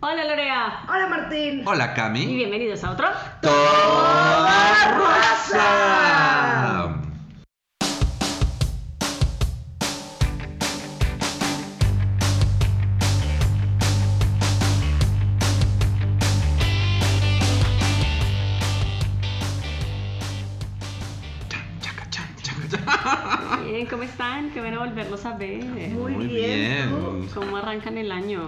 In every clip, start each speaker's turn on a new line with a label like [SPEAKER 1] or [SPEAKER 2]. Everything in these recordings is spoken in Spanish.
[SPEAKER 1] Hola Lorea.
[SPEAKER 2] Hola Martín.
[SPEAKER 3] Hola
[SPEAKER 1] Y
[SPEAKER 3] Cami.
[SPEAKER 1] bienvenidos a otro.
[SPEAKER 3] Toda
[SPEAKER 2] raza.
[SPEAKER 3] Chan, chaca, chan, chaca, chan.
[SPEAKER 1] Bien, ¿cómo están? Qué bueno volverlos a ver.
[SPEAKER 2] Muy
[SPEAKER 3] Muy
[SPEAKER 2] bien, ¿no?
[SPEAKER 3] bien.
[SPEAKER 1] ¿Cómo arrancan el año?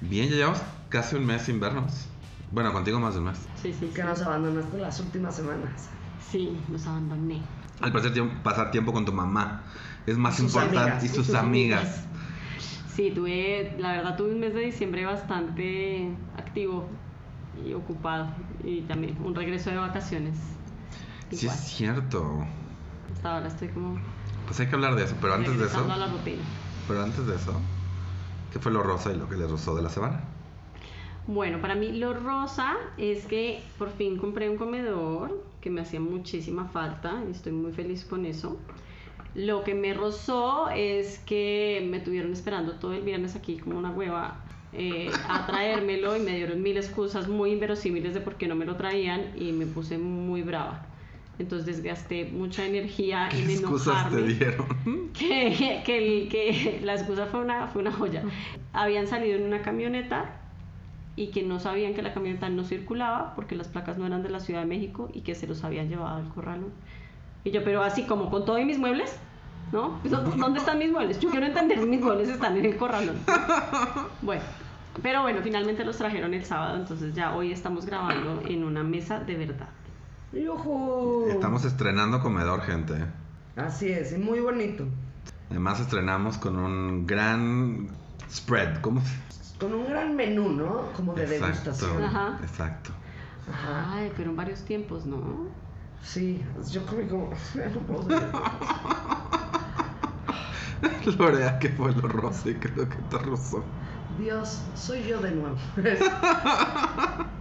[SPEAKER 3] Bien, ya llevamos casi un mes sin vernos. Bueno, contigo más de un mes.
[SPEAKER 1] Sí, sí, sí.
[SPEAKER 2] Que nos abandonaste las últimas semanas.
[SPEAKER 1] Sí, los abandoné.
[SPEAKER 3] Al parecer tiempo- pasar tiempo con tu mamá es más
[SPEAKER 2] Sus amigas.
[SPEAKER 3] importante y sus amigas.
[SPEAKER 1] Sí, tuve, la verdad tuve un mes de diciembre bastante activo y ocupado. Y también un regreso de vacaciones.
[SPEAKER 3] Sí, es
[SPEAKER 1] Igual.
[SPEAKER 3] cierto.
[SPEAKER 1] Hasta ahora estoy como
[SPEAKER 3] Pues hay que hablar de eso, pero antes de
[SPEAKER 1] regresando
[SPEAKER 3] eso,
[SPEAKER 1] a la rutina.
[SPEAKER 3] pero antes de eso, ¿qué fue lo rosa y lo que le rozó de la semana?
[SPEAKER 1] Bueno, para mí lo rosa es que por fin compré un comedor que me hacía muchísima falta y estoy muy feliz con eso. Lo que me rozó es que me tuvieron esperando todo el viernes aquí como una hueva eh, a traérmelo y me dieron mil excusas muy inverosímiles de por qué no me lo traían y me puse muy brava. Entonces gasté mucha energía
[SPEAKER 3] ¿Qué
[SPEAKER 1] en
[SPEAKER 3] excusas
[SPEAKER 1] enojarme
[SPEAKER 3] te dieron?
[SPEAKER 1] que, que el- que la excusa fue una, fue una joya. Habían salido en una camioneta y que no sabían que la camioneta no circulaba porque las placas no eran de la Ciudad de México y que se los habían llevado al corralón. Y yo, pero así como con todo y mis muebles, ¿no? Pues, ¿dó- ¿Dónde están mis muebles? Yo quiero entender si mis muebles están en el corralón. Bueno, pero bueno, finalmente los trajeron el sábado, entonces ya hoy estamos grabando en una mesa de verdad. Uh.
[SPEAKER 2] ¡Yujú!
[SPEAKER 3] Estamos estrenando comedor, gente.
[SPEAKER 2] Así es, y muy bonito.
[SPEAKER 3] Además estrenamos con un gran spread, ¿cómo? se-
[SPEAKER 2] Con un gran menú, ¿no? Como de degustación.
[SPEAKER 1] Ajá.
[SPEAKER 3] Exacto.
[SPEAKER 2] Ajá.
[SPEAKER 1] Ay, pero en varios tiempos, ¿no?
[SPEAKER 2] Sí, yo comí como. no puedo decir.
[SPEAKER 3] Lorea, que fue lo rosa y que lo que te rozó.
[SPEAKER 2] Dios, soy yo de nuevo.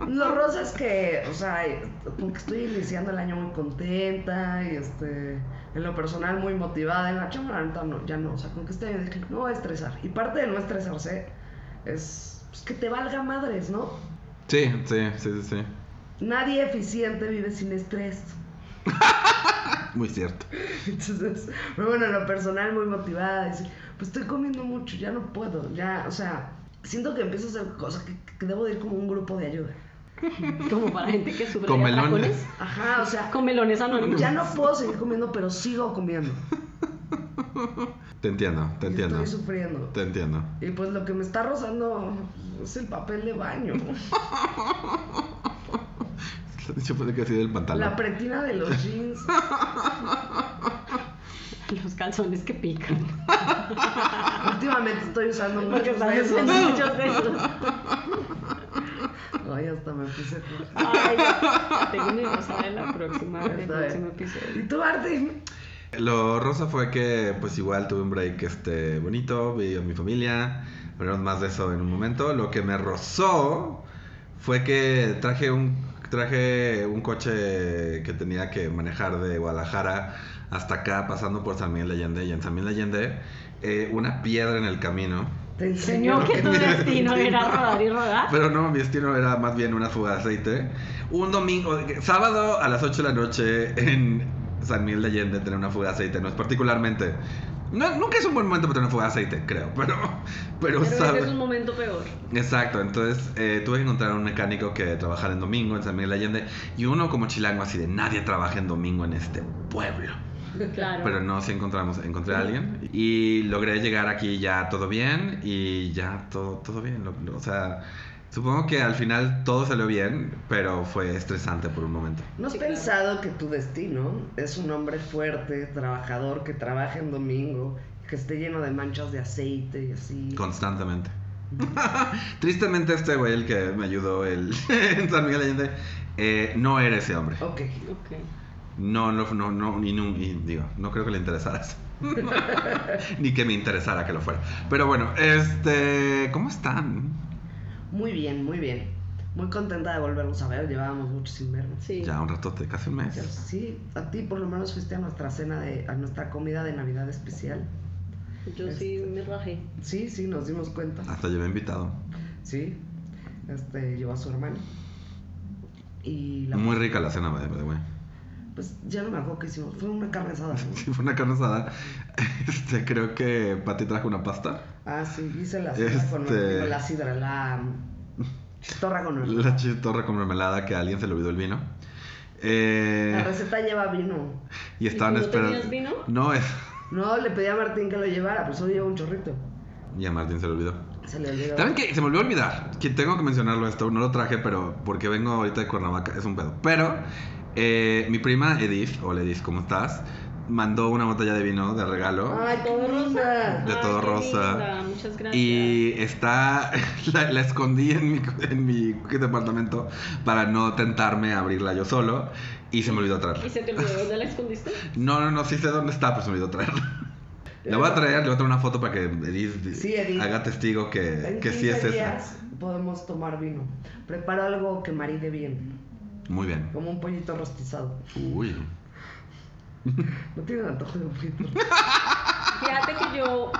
[SPEAKER 2] Lo rosa es que, o sea, como que estoy iniciando el año muy contenta y este, en lo personal muy motivada. En la chamba, la neta, no, ya no, o sea, como que este año dije, no voy a estresar. Y parte de no estresarse es pues, que te valga madres, ¿no?
[SPEAKER 3] Sí, sí, sí, sí, sí.
[SPEAKER 2] Nadie eficiente vive sin estrés.
[SPEAKER 3] Muy cierto.
[SPEAKER 2] Entonces, pero bueno, en lo personal muy motivada, decir, pues estoy comiendo mucho, ya no puedo, ya, o sea, siento que empiezo a hacer cosas que, que debo de ir como un grupo de ayuda.
[SPEAKER 1] Como para gente que sufre
[SPEAKER 3] Con
[SPEAKER 1] de
[SPEAKER 3] melones.
[SPEAKER 1] atracones.
[SPEAKER 2] Ajá, o sea,
[SPEAKER 1] Con melones anónimos.
[SPEAKER 2] ya no puedo seguir comiendo, pero sigo comiendo.
[SPEAKER 3] Te entiendo, te
[SPEAKER 2] Y
[SPEAKER 3] entiendo.
[SPEAKER 2] Estoy sufriendo.
[SPEAKER 3] Te entiendo.
[SPEAKER 2] Y pues lo que me está rozando es el papel de baño,
[SPEAKER 3] Yo pensé que ha sido el pantalón.
[SPEAKER 2] la pretina de los jeans.
[SPEAKER 1] Los calzones que pican.
[SPEAKER 2] Últimamente estoy usando
[SPEAKER 1] Porque
[SPEAKER 2] muchos de
[SPEAKER 1] sabes
[SPEAKER 2] esos.
[SPEAKER 1] son muchos de esos.
[SPEAKER 2] Ay, hasta me puse roja.
[SPEAKER 1] Ay, ya. tengo nerviosa de la próxima, del
[SPEAKER 2] Está bien.
[SPEAKER 1] próximo episodio.
[SPEAKER 2] ¿Y tú, Martín?
[SPEAKER 3] Lo rosa fue que, pues igual tuve un break este bonito, vi a mi familia. Hablaremos más de eso en un momento. Lo que me rozó fue que traje un traje un coche que tenía que manejar de Guadalajara hasta acá, pasando por San Miguel de Allende. Y en San Miguel de Allende, eh, una piedra en el camino.
[SPEAKER 2] Te enseñó
[SPEAKER 1] Señor, que tu destino era rodar y rodar.
[SPEAKER 3] Pero no, mi destino era más bien una fuga de aceite. Un domingo, sábado a las 8 de la noche en San Miguel de Allende tener una fuga de aceite. No es particularmente... no- nunca es un buen momento para tener una fuga de aceite, creo, pero... Pero,
[SPEAKER 1] Pero ese
[SPEAKER 3] sabe-
[SPEAKER 1] es un momento peor.
[SPEAKER 3] Exacto, entonces eh, tuve que encontrar un mecánico que trabajara en domingo en San Miguel de Allende. Y uno como chilango así de nadie trabaja en domingo en este pueblo.
[SPEAKER 1] Claro.
[SPEAKER 3] Pero no, sí encontramos, encontré a alguien y logré llegar aquí ya todo bien y ya todo, todo bien. lo- lo- o sea, supongo que al final todo salió bien, pero fue estresante por un momento.
[SPEAKER 2] ¿No has
[SPEAKER 1] Sí, claro.
[SPEAKER 2] pensado que tu destino es un hombre fuerte, trabajador, que trabaja en domingo, que esté lleno de manchas de aceite y así?
[SPEAKER 3] Constantemente. Tristemente este güey, el que me ayudó el, en San Miguel de Allende, eh, no era ese hombre.
[SPEAKER 2] Ok.
[SPEAKER 1] Ok.
[SPEAKER 3] No, no, no, no, ni, nun- y digo, no creo que le interesara eso. ni que me interesara que lo fuera. Pero bueno, este, ¿cómo están?
[SPEAKER 2] Muy bien, muy bien. Muy contenta de volverlos a ver, llevábamos mucho sin vernos.
[SPEAKER 1] Sí.
[SPEAKER 3] Ya un ratote, casi un mes.
[SPEAKER 2] Pero sí, a ti por lo menos fuiste a nuestra cena de, a nuestra comida de Navidad especial.
[SPEAKER 1] Yo sí me rajé.
[SPEAKER 2] Sí, sí, nos dimos cuenta.
[SPEAKER 3] Ah. Hasta llevé invitado.
[SPEAKER 2] Sí. este, llevó a su hermano. Y la-
[SPEAKER 3] Muy rica la cena, by the way.
[SPEAKER 2] pues ya no me acuerdo qué hicimos. Fue una carne asada. ¿no?
[SPEAKER 3] Sí, fue una carne asada. Este, creo que Pati trajo una pasta.
[SPEAKER 2] Ah, sí, hice la sidra con
[SPEAKER 3] Este-
[SPEAKER 2] digo, la sidra, la chistorra con mermelada.
[SPEAKER 3] La chistorra con mermelada que a alguien se le olvidó el vino. Eh,
[SPEAKER 2] La receta lleva vino.
[SPEAKER 3] y estaban
[SPEAKER 1] ¿Y tú no
[SPEAKER 3] esperando.
[SPEAKER 1] tenías vino?
[SPEAKER 3] No, es.
[SPEAKER 2] No, le pedí a Martín que lo llevara, pues hoy lleva un chorrito.
[SPEAKER 3] Y a Martín se le olvidó.
[SPEAKER 2] Se le olvidó.
[SPEAKER 3] ¿Saben qué? Se me olvidó olvidar. Que tengo que mencionarlo esto. No lo traje, pero porque vengo ahorita de Cuernavaca. Es un pedo. Pero eh, mi prima Edith, hola Edith, ¿cómo estás? Mandó una botella de vino de regalo.
[SPEAKER 2] Ay, qué
[SPEAKER 1] Todo rosa.
[SPEAKER 2] linda.
[SPEAKER 3] De
[SPEAKER 1] Ay,
[SPEAKER 3] todo
[SPEAKER 1] qué
[SPEAKER 3] rosa.
[SPEAKER 1] linda, Muchas gracias.
[SPEAKER 3] Y está, la, la escondí en mi, en mi departamento para no tentarme a abrirla yo solo y se me olvidó
[SPEAKER 1] ¿Y
[SPEAKER 3] traerla.
[SPEAKER 1] se te olvidó dónde la escondiste?
[SPEAKER 3] No, no, no, sí sé dónde está, pero se me olvidó traerla. La voy a traer, le voy a traer una foto para que Edith,
[SPEAKER 2] Sí, Edith.
[SPEAKER 3] haga testigo que,
[SPEAKER 2] En
[SPEAKER 3] que sí es
[SPEAKER 2] 15
[SPEAKER 3] esa.
[SPEAKER 2] días podemos tomar vino. Prepara algo que maride bien,
[SPEAKER 3] Muy bien.
[SPEAKER 2] como un pollito rostizado.
[SPEAKER 3] Uy.
[SPEAKER 2] ¿No tienen antojo de un pollito?
[SPEAKER 1] Fíjate que yo,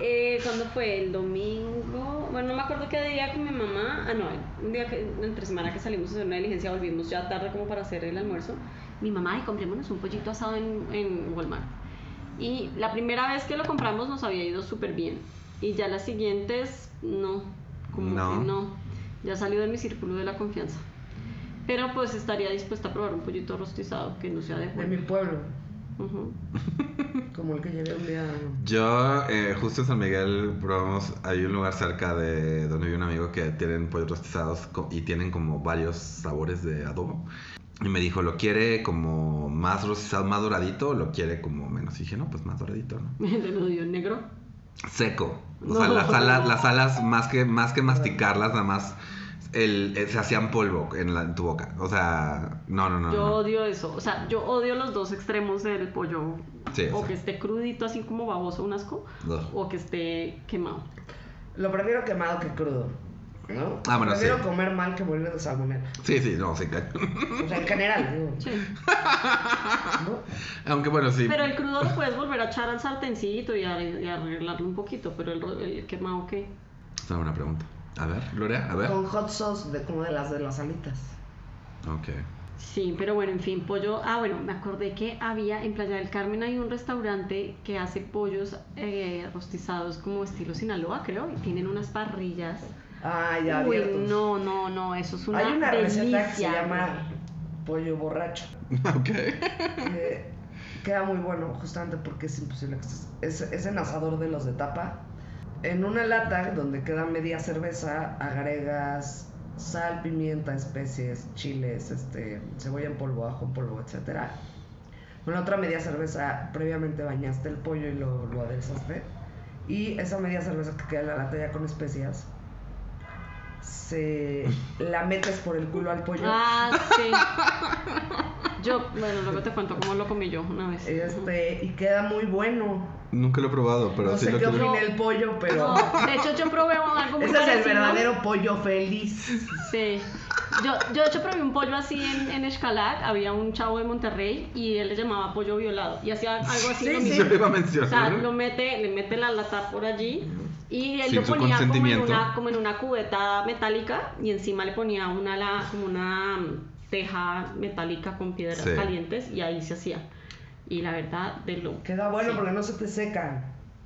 [SPEAKER 1] eh, ¿cuándo fue? El domingo. Bueno, no me acuerdo qué día con mi mamá. Ah, no, un día que, entre semana que salimos a hacer una diligencia, volvimos ya tarde como para hacer el almuerzo. Mi mamá, y comprémonos un pollito asado en, en Walmart. Y la primera vez que lo compramos nos había ido súper bien. Y ya las siguientes, no. Como
[SPEAKER 3] No.
[SPEAKER 1] que no. Ya salió de mi círculo de la confianza. Pero pues estaría dispuesta a probar un pollito rostizado que no sea de
[SPEAKER 2] De
[SPEAKER 1] Walmart.
[SPEAKER 2] mi pueblo,
[SPEAKER 1] Ujú.
[SPEAKER 2] como el que llevé un día.
[SPEAKER 3] Yo, eh, justo en San Miguel, probamos, hay un lugar cerca de donde vive un amigo que tienen pollos rostizados co- y tienen como varios sabores de adobo. Y me dijo, ¿lo quiere como más rostizado, más doradito o lo quiere como menos? Y dije, no, pues más doradito, ¿no?
[SPEAKER 1] Te lo dio en negro.
[SPEAKER 3] Seco. O sea,
[SPEAKER 1] No.
[SPEAKER 3] las alas, las alas más, que, más que masticarlas, nada más el, eh, se hacían polvo en, la- en tu boca. O sea, no, no, no.
[SPEAKER 1] Yo
[SPEAKER 3] no.
[SPEAKER 1] odio eso. O sea, yo odio los dos extremos del pollo.
[SPEAKER 3] Sí,
[SPEAKER 1] o
[SPEAKER 3] o sea.
[SPEAKER 1] que esté crudito, así como baboso, un asco.
[SPEAKER 3] Ugh.
[SPEAKER 1] O que esté quemado.
[SPEAKER 2] Lo prefiero quemado que crudo. ¿no?
[SPEAKER 3] Ah, bueno,
[SPEAKER 2] prefiero
[SPEAKER 3] sí.
[SPEAKER 2] comer mal que morir de salmonela.
[SPEAKER 3] Sí, sí, no, sí. ca-
[SPEAKER 2] O sea, en general, digo.
[SPEAKER 1] Sí.
[SPEAKER 2] ¿no?
[SPEAKER 3] Aunque bueno, sí.
[SPEAKER 1] Pero el crudo lo puedes volver a echar al sartencito y, a- y arreglarlo un poquito. Pero el, ro- el quemado, ¿qué?
[SPEAKER 3] Esa es una pregunta. A ver, Gloria, a ver.
[SPEAKER 2] Con hot sauce, de, como de las de las alitas.
[SPEAKER 3] Ok.
[SPEAKER 1] Sí, pero bueno, en fin, pollo. Ah, bueno, me acordé que había en Playa del Carmen hay un restaurante que hace pollos eh, rostizados como estilo Sinaloa, creo. Y tienen unas parrillas.
[SPEAKER 2] Ah, ya
[SPEAKER 1] Uy,
[SPEAKER 2] abiertos.
[SPEAKER 1] no, no, no, eso es una
[SPEAKER 2] Hay una receta que se
[SPEAKER 1] delicia,
[SPEAKER 2] llama pollo borracho.
[SPEAKER 3] Ok.
[SPEAKER 2] que Eh, queda muy bueno, justamente porque es imposible que estés- Es, es en asador de los de tapa. En una lata donde queda media cerveza, agregas sal, pimienta, especies, chiles, este, cebolla en polvo, ajo en polvo, etcétera. Con la otra media cerveza, previamente bañaste el pollo y lo, lo aderezaste. Y esa media cerveza que queda en la lata ya con especias, se la metes por el culo al pollo.
[SPEAKER 1] Ah, sí. Yo, bueno, luego te cuento cómo lo comí yo una vez.
[SPEAKER 2] Este, y queda muy bueno.
[SPEAKER 3] Nunca lo he probado, pero
[SPEAKER 2] no
[SPEAKER 3] sí
[SPEAKER 2] sé
[SPEAKER 3] lo
[SPEAKER 2] qué
[SPEAKER 3] quiero.
[SPEAKER 2] opina el pollo, pero.
[SPEAKER 1] No, de hecho, yo probé algo muy
[SPEAKER 2] Ese es el
[SPEAKER 1] parecido.
[SPEAKER 2] verdadero pollo feliz.
[SPEAKER 1] Sí. Yo, yo de hecho probé un pollo así en, en Escalac, había un chavo de Monterrey y él le llamaba pollo violado y hacía algo así.
[SPEAKER 2] Sí,
[SPEAKER 1] lo
[SPEAKER 2] sí.
[SPEAKER 1] mismo.
[SPEAKER 3] Yo lo iba a
[SPEAKER 1] O sea,
[SPEAKER 3] mencionar.
[SPEAKER 1] lo mete, le mete la lata por allí y él
[SPEAKER 3] Sin
[SPEAKER 1] lo
[SPEAKER 3] su
[SPEAKER 1] ponía como en,
[SPEAKER 3] consentimiento.
[SPEAKER 1] una, como en una cubeta metálica y encima le ponía una, la- como una mm, teja metálica con piedras
[SPEAKER 3] Sí.
[SPEAKER 1] calientes y ahí se hacía. Y la verdad, de lo
[SPEAKER 2] Queda bueno
[SPEAKER 1] Sí.
[SPEAKER 2] porque no se te seca.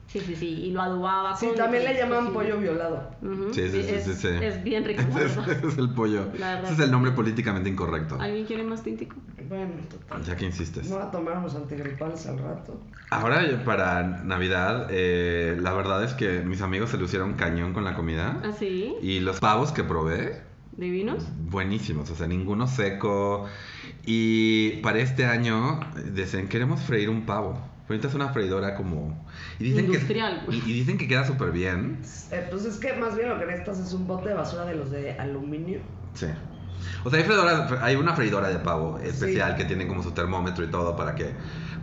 [SPEAKER 1] Sí, sí, sí, y lo adobaba.
[SPEAKER 2] Sí,
[SPEAKER 1] con
[SPEAKER 2] también le
[SPEAKER 1] diferentes
[SPEAKER 2] llaman
[SPEAKER 1] cocinas.
[SPEAKER 2] pollo violado.
[SPEAKER 1] Ujú,
[SPEAKER 3] Sí, sí, sí,
[SPEAKER 1] es,
[SPEAKER 3] sí, sí.
[SPEAKER 1] es bien rico. la
[SPEAKER 3] Ese
[SPEAKER 1] verdad.
[SPEAKER 3] ese es el pollo.
[SPEAKER 1] La verdad.
[SPEAKER 3] Ese es el nombre políticamente incorrecto.
[SPEAKER 1] ¿Alguien quiere más tintico?
[SPEAKER 2] Bueno, total.
[SPEAKER 3] Ya que insistes.
[SPEAKER 2] No la tomamos antigripales al rato.
[SPEAKER 3] Ahora eh, para Navidad, eh, la verdad es que mis amigos se lucieron cañón con la comida.
[SPEAKER 1] ¿Así?
[SPEAKER 3] Y los pavos que probé,
[SPEAKER 1] ¿Ah, ¿De vinos?
[SPEAKER 3] buenísimos. O sea, ninguno seco. Y para este año, eh, decían, queremos freír un pavo. Ahorita es una freidora como... Y dicen
[SPEAKER 1] Industrial,
[SPEAKER 3] Que,
[SPEAKER 1] güey.
[SPEAKER 3] y, y dicen que queda súper bien.
[SPEAKER 2] Eh, pues es que más bien lo que necesitas es un bote de basura de los de aluminio.
[SPEAKER 3] Sí. O sea, hay, freidoras- hay una freidora de pavo especial que tiene como su termómetro y todo para que...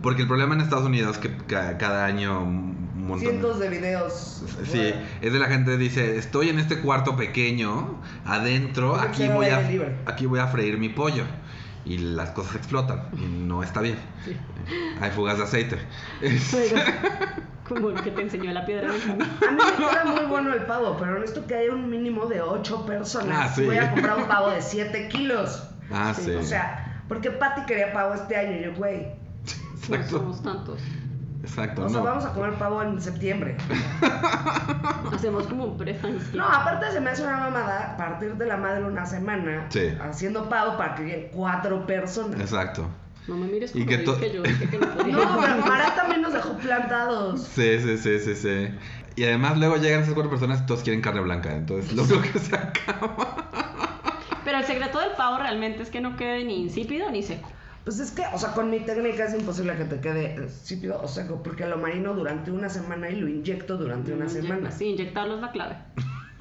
[SPEAKER 3] Porque el problema en Estados Unidos es que ca- cada año un montón...
[SPEAKER 2] Cientos de videos.
[SPEAKER 3] Sí, es de la gente dice, estoy en este cuarto pequeño, adentro,
[SPEAKER 2] Yo
[SPEAKER 3] aquí
[SPEAKER 2] quiero
[SPEAKER 3] voy,
[SPEAKER 2] aire
[SPEAKER 3] a,
[SPEAKER 2] libre".
[SPEAKER 3] aquí voy a freír mi pollo. Y las cosas explotan y no está bien. Hay fugas de aceite. Es-
[SPEAKER 1] Pero, como lo que te enseñó la piedra del camino.
[SPEAKER 2] A mí me queda muy bueno el pavo, pero necesito que haya un mínimo de 8 personas.
[SPEAKER 3] Ah, sí.
[SPEAKER 2] Voy a comprar un pavo de 7 kilos.
[SPEAKER 3] Ah,
[SPEAKER 1] Sí,
[SPEAKER 3] sí.
[SPEAKER 2] O sea, porque Patty quería pavo este año y yo, güey.
[SPEAKER 1] No
[SPEAKER 3] exacto.
[SPEAKER 1] somos tantos.
[SPEAKER 3] Exacto,
[SPEAKER 2] O sea,
[SPEAKER 3] Pues no.
[SPEAKER 2] vamos a comer pavo en septiembre.
[SPEAKER 1] Hacemos como un pre-Thanksgiving.
[SPEAKER 2] No, aparte se me hace una mamada partir de la madre una semana
[SPEAKER 3] Sí.
[SPEAKER 2] haciendo pavo para que lleguen cuatro personas.
[SPEAKER 3] Exacto.
[SPEAKER 1] No me mires
[SPEAKER 3] Y
[SPEAKER 1] como
[SPEAKER 3] que
[SPEAKER 1] que,
[SPEAKER 3] to-
[SPEAKER 1] que yo dije que no podía.
[SPEAKER 2] No, pero Mara también nos dejó plantados.
[SPEAKER 3] Sí, sí, sí, sí, sí. Y además luego llegan esas cuatro personas y todos quieren carne blanca. Entonces lo único que se acaba.
[SPEAKER 1] Pero el secreto del pavo realmente es que no quede ni insípido ni seco.
[SPEAKER 2] Pues es que, o sea, con mi técnica es imposible que te quede sitio o seco, porque lo marino durante una semana y lo inyecto durante una
[SPEAKER 1] Inyecta-
[SPEAKER 2] semana.
[SPEAKER 1] Sí, inyectarlo es la clave.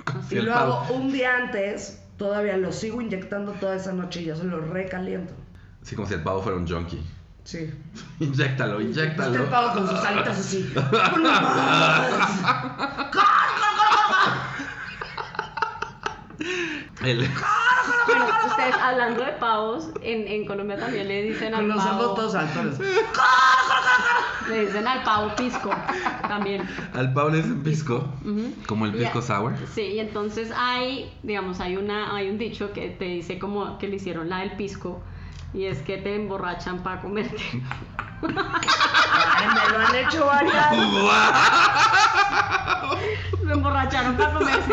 [SPEAKER 1] Así.
[SPEAKER 3] Sí,
[SPEAKER 2] Y
[SPEAKER 3] el
[SPEAKER 2] lo
[SPEAKER 3] pavo.
[SPEAKER 2] hago un día antes, todavía lo sigo inyectando toda esa noche y ya se lo recaliento.
[SPEAKER 3] Así como si el pavo fuera un junkie.
[SPEAKER 2] Sí.
[SPEAKER 3] Inyéctalo,
[SPEAKER 2] Este
[SPEAKER 3] inyéctalo.
[SPEAKER 2] pavo con sus alitas así. ¡Col, col, col,
[SPEAKER 3] El-
[SPEAKER 1] Bueno, ustedes hablando de pavos, en, en Colombia también le dicen
[SPEAKER 2] col! Con
[SPEAKER 1] al
[SPEAKER 2] los
[SPEAKER 1] pavo.
[SPEAKER 2] ojos todos saltones.
[SPEAKER 1] Le dicen al pavo pisco también.
[SPEAKER 3] Al pavo le dicen pisco.
[SPEAKER 1] Ujú.
[SPEAKER 3] Como el
[SPEAKER 1] Y a-
[SPEAKER 3] pisco sour.
[SPEAKER 1] Sí, y entonces hay, digamos, hay una, hay un dicho que te dice como que le hicieron la del pisco y es que te emborrachan para comerte.
[SPEAKER 2] Ay, Ah, me lo han hecho varias.
[SPEAKER 1] Lo emborracharon para comerse.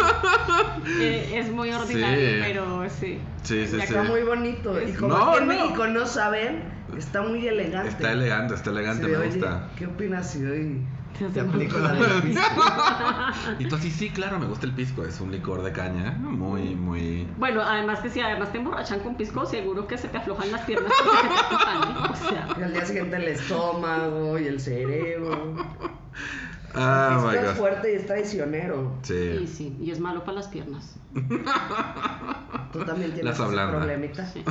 [SPEAKER 1] Eh, es muy ordinario,
[SPEAKER 3] Sí.
[SPEAKER 1] pero sí.
[SPEAKER 3] Sí, sí,
[SPEAKER 2] Y
[SPEAKER 3] sí.
[SPEAKER 2] acá muy bonito. Y como
[SPEAKER 3] este, No,
[SPEAKER 2] aquí en
[SPEAKER 3] no.
[SPEAKER 2] México no saben, está muy elegante.
[SPEAKER 3] Está elegante, está
[SPEAKER 2] Sí,
[SPEAKER 3] elegante, me
[SPEAKER 2] oye,
[SPEAKER 3] gusta.
[SPEAKER 2] ¿Qué opinas si hoy
[SPEAKER 1] Te
[SPEAKER 2] te
[SPEAKER 1] hacemos-
[SPEAKER 2] aplico la del piso?
[SPEAKER 3] Y tú sí, sí, claro, me gusta el pisco. Es un licor de caña. Muy,
[SPEAKER 2] Mm.
[SPEAKER 3] muy.
[SPEAKER 1] Bueno, además que si además te emborrachan con pisco, seguro que se te aflojan las piernas porque se te apretan, ¿eh? O sea,
[SPEAKER 2] Y al día siguiente el estómago y el cerebro.
[SPEAKER 3] Ah,
[SPEAKER 2] Esto
[SPEAKER 3] my
[SPEAKER 2] es
[SPEAKER 3] God.
[SPEAKER 2] fuerte y es traicionero.
[SPEAKER 1] y
[SPEAKER 3] Sí.
[SPEAKER 1] sí, y es malo para las piernas.
[SPEAKER 2] Tú también tienes
[SPEAKER 3] Las
[SPEAKER 2] ese
[SPEAKER 3] ablanda.
[SPEAKER 2] problemita.
[SPEAKER 1] Sí.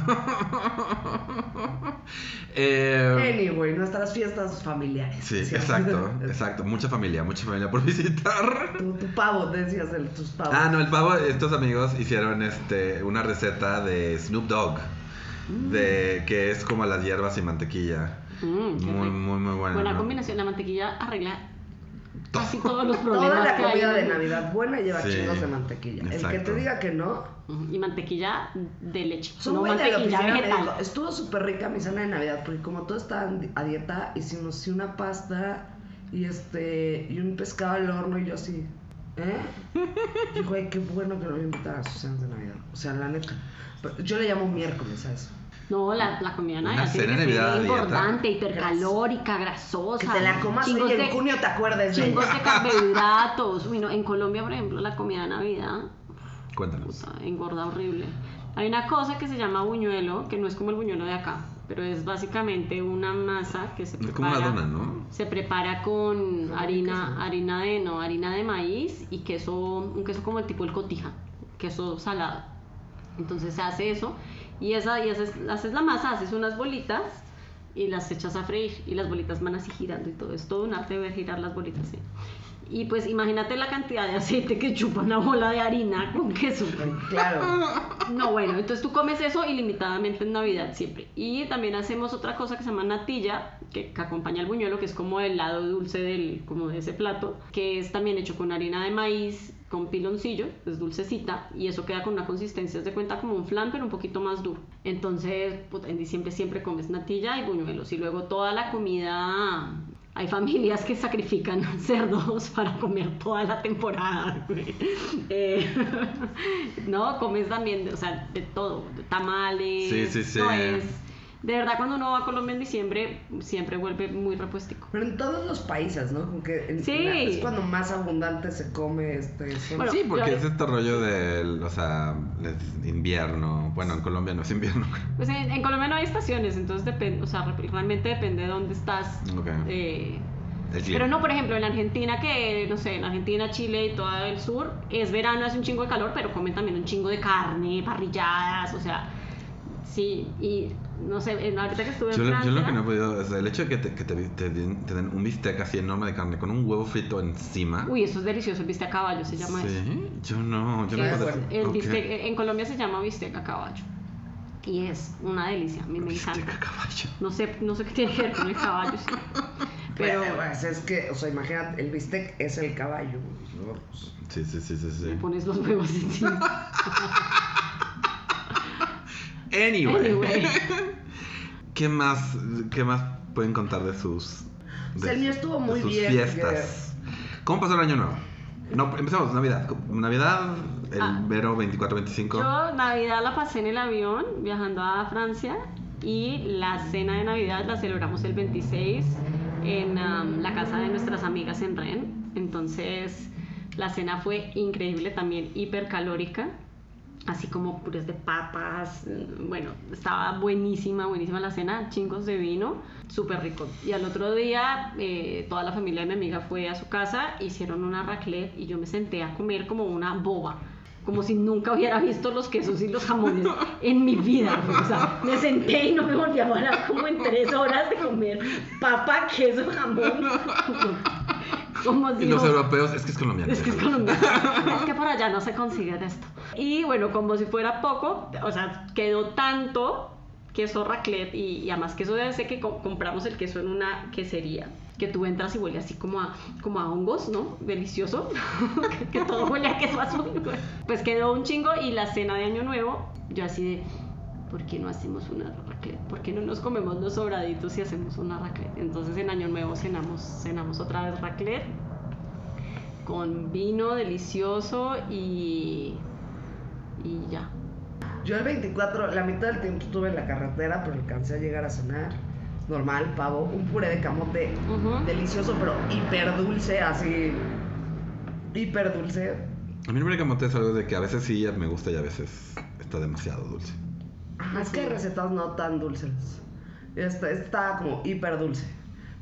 [SPEAKER 3] Eh,
[SPEAKER 2] Anyway, nuestras fiestas familiares.
[SPEAKER 3] sí,
[SPEAKER 2] ¿cierto?
[SPEAKER 3] exacto, exacto. Mucha familia, mucha familia por visitar.
[SPEAKER 2] Tu, tu pavo, decías de tus pavos.
[SPEAKER 3] Ah, no, el pavo, estos amigos hicieron este una receta de Snoop Dogg. De que es como las hierbas y mantequilla.
[SPEAKER 1] Mm, qué
[SPEAKER 3] Muy,
[SPEAKER 1] rico.
[SPEAKER 3] muy, muy buena.
[SPEAKER 1] Buena
[SPEAKER 3] ¿no?
[SPEAKER 1] combinación, la mantequilla arregla
[SPEAKER 3] Todo.
[SPEAKER 1] casi todos los problemas.
[SPEAKER 2] Toda la
[SPEAKER 1] que hay
[SPEAKER 2] comida
[SPEAKER 1] en
[SPEAKER 2] de
[SPEAKER 1] el mundo.
[SPEAKER 2] Navidad buena lleva
[SPEAKER 3] Sí,
[SPEAKER 2] chingos de mantequilla. El que
[SPEAKER 3] exacto.
[SPEAKER 2] te diga que no,
[SPEAKER 1] Ujú, Y mantequilla de leche,
[SPEAKER 2] son
[SPEAKER 1] no
[SPEAKER 2] muy Pues de la
[SPEAKER 1] mantequilla
[SPEAKER 2] oficina, me dijo,
[SPEAKER 1] vegetal.
[SPEAKER 2] Estuvo súper rica mi cena de Navidad, porque como todos estaban a dieta, hicimos sí, una pasta y este y un pescado al horno y yo así. ¿Eh? Y güey, qué bueno que no me invitaron a sus cenas de Navidad. O sea, la neta. Pero Yo le llamo miércoles a eso.
[SPEAKER 1] No, la, la comida de
[SPEAKER 3] Una
[SPEAKER 1] Navidad tiene
[SPEAKER 3] cena de
[SPEAKER 1] que ser
[SPEAKER 3] Navidad a dieta.
[SPEAKER 1] importante, hipercalórica, grasosa.
[SPEAKER 2] Que te la comas hoy
[SPEAKER 1] chingos
[SPEAKER 2] y en
[SPEAKER 1] de-
[SPEAKER 2] junio te acuerdes de
[SPEAKER 1] Chingos de carbohidratos. Uy, no, en Colombia, por ejemplo, la comida de Navidad
[SPEAKER 3] Cuéntanos.
[SPEAKER 1] puta, pues, engorda horrible. Hay una cosa que se llama buñuelo, que no es como el buñuelo de acá, pero es básicamente una masa que se
[SPEAKER 3] Es
[SPEAKER 1] prepara.
[SPEAKER 3] como una dona, ¿no?
[SPEAKER 1] Se prepara con
[SPEAKER 2] Con queso.
[SPEAKER 1] harina, harina de no, harina de maíz y queso, un queso como el tipo el cotija, queso salado. Entonces se hace eso y esa y haces, haces la masa, haces unas bolitas y las echas a freír y las bolitas van así girando y todo es todo un arte ver girar las bolitas sí. Y pues imagínate la cantidad de aceite que chupa una bola de harina con queso.
[SPEAKER 2] Claro.
[SPEAKER 1] No, bueno, entonces tú comes eso ilimitadamente en Navidad siempre. Y también hacemos otra cosa que se llama natilla, que, que acompaña al buñuelo, que es como el lado dulce del, como de ese plato, que es también hecho con harina de maíz, con piloncillo, es dulcecita, y eso queda con una consistencia, de cuenta como un flan, pero un poquito más duro. Entonces, puta, en diciembre siempre comes natilla y buñuelos, y luego toda la comida... Hay familias que sacrifican cerdos para comer toda la temporada. güey. Eh, no, comes también, de- o sea, de todo, de tamales.
[SPEAKER 3] Sí, sí, sí.
[SPEAKER 1] no es- de verdad, cuando uno va a Colombia en diciembre, siempre vuelve muy repuestico.
[SPEAKER 2] Pero en todos los países, ¿no? Como que en-
[SPEAKER 1] Sí.
[SPEAKER 2] es cuando más abundante se come este. son-
[SPEAKER 1] Bueno,
[SPEAKER 3] sí, porque
[SPEAKER 1] yo-
[SPEAKER 3] es este rollo del, o sea, es invierno. Bueno, en Colombia no es invierno.
[SPEAKER 1] Pues en, en Colombia no hay estaciones, entonces depende, o sea, re- realmente depende de dónde estás.
[SPEAKER 3] Ok.
[SPEAKER 1] eh,
[SPEAKER 3] El clima.
[SPEAKER 1] pero no, por ejemplo, en Argentina, que no sé, en Argentina, Chile y todo el sur, es verano, hace un chingo de calor, pero comen también un chingo de carne, parrilladas, o sea, sí, y no sé, en- ahorita que estuve
[SPEAKER 3] Yo,
[SPEAKER 1] en
[SPEAKER 3] lo- yo
[SPEAKER 1] Francia.
[SPEAKER 3] lo que no he podido, o sea, el hecho de que te, que te, te den te den un bistec así enorme de carne con un huevo frito encima.
[SPEAKER 1] Uy, eso es delicioso, el bistec a caballo se llama eso.
[SPEAKER 3] sí, yo no, yo
[SPEAKER 1] que
[SPEAKER 3] no
[SPEAKER 2] es
[SPEAKER 3] puedo-
[SPEAKER 1] El
[SPEAKER 3] ok.
[SPEAKER 1] bistec- en Colombia se llama bistec a caballo. Y es una delicia, a mí me
[SPEAKER 3] Bistec
[SPEAKER 1] encanta.
[SPEAKER 3] a caballo.
[SPEAKER 1] No sé, no sé qué tiene que ver con el caballo. sí. Pero
[SPEAKER 2] Pero pues, es que, o sea, imagínate, el bistec es el caballo. ¿no? Pues,
[SPEAKER 3] Sí, sí, sí, sí,
[SPEAKER 1] me
[SPEAKER 3] sí.
[SPEAKER 1] pones los huevos encima.
[SPEAKER 3] Anyway.
[SPEAKER 1] Anyway.
[SPEAKER 3] ¿Qué más, qué más pueden contar de sus,
[SPEAKER 2] O
[SPEAKER 3] de
[SPEAKER 2] sea, el mío
[SPEAKER 3] sus-
[SPEAKER 2] estuvo
[SPEAKER 3] de
[SPEAKER 2] muy
[SPEAKER 3] sus
[SPEAKER 2] bien,
[SPEAKER 3] fiestas? ¿Cómo pasó el año nuevo? No, empezamos, Navidad. Navidad, el
[SPEAKER 1] Ah.
[SPEAKER 3] Vero 24-25.
[SPEAKER 1] Yo Navidad la pasé en el avión viajando a Francia y la cena de Navidad la celebramos el 26 en am, la casa de nuestras amigas en Rennes. Entonces la cena fue increíble, también hipercalórica, así como purés de papas. mm, Bueno, estaba buenísima, buenísima la cena, chingos de vino, súper rico. Y al otro día eh, toda la familia de mi amiga fue a su casa, hicieron una raclette y yo me senté a comer como una boba como si nunca hubiera visto los quesos y los jamones en mi vida. O sea, me senté y no me volví a parar como en tres horas de comer papa, queso, jamón. Como si
[SPEAKER 3] Y los
[SPEAKER 1] no-
[SPEAKER 3] europeos, es que es colombiano.
[SPEAKER 1] es que es
[SPEAKER 3] déjalo.
[SPEAKER 1] colombiano. Es que por allá no se consigue de esto. Y bueno, como si fuera poco, o sea, quedó tanto queso raclet y, y además queso de ese que co- compramos el queso en una quesería. Que tú entras y huele así como a, como a hongos, ¿no? Delicioso. que, que todo huele a queso azul. Pues quedó un chingo y la cena de Año Nuevo, yo así de, ¿por qué no hacemos una raclette? ¿Por qué no nos comemos los sobraditos y hacemos una raclette? Entonces en Año Nuevo cenamos, cenamos otra vez raclette con vino delicioso y y ya.
[SPEAKER 2] Yo el 24, la mitad del tiempo estuve en la carretera, pero alcancé a llegar a cenar. Normal, pavo, un puré de camote
[SPEAKER 1] Ujú.
[SPEAKER 2] delicioso, pero hiper dulce, así. Hiper dulce.
[SPEAKER 3] A mí me camote es algo de que a veces sí me gusta y a veces está demasiado dulce.
[SPEAKER 2] Ajá, es que hay recetas no tan dulces. Esta está como hiper dulce.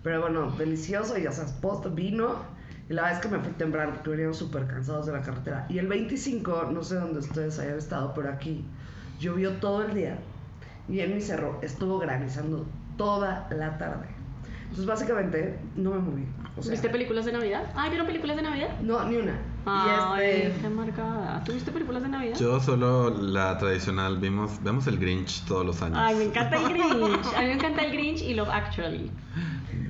[SPEAKER 2] Pero bueno, delicioso, y ya sabes, post vino. Y la verdad es que me fui temprano porque veníamos súper cansados de la carretera. Y el 25, no sé dónde ustedes hayan estado, pero aquí llovió todo el día. Y en mi cerro estuvo granizando toda la tarde. Entonces, básicamente, no me moví. O sea,
[SPEAKER 1] ¿Viste películas de Navidad? Ay, ¿vieron películas de Navidad?
[SPEAKER 2] no, ni una. este,
[SPEAKER 1] Ay,
[SPEAKER 2] y este.
[SPEAKER 1] qué marcada. ¿Tuviste películas de Navidad?
[SPEAKER 3] Yo solo la tradicional, vimos, vemos el Grinch todos los años.
[SPEAKER 1] Ay, me encanta el Grinch. A mí me encanta el Grinch y Love Actually.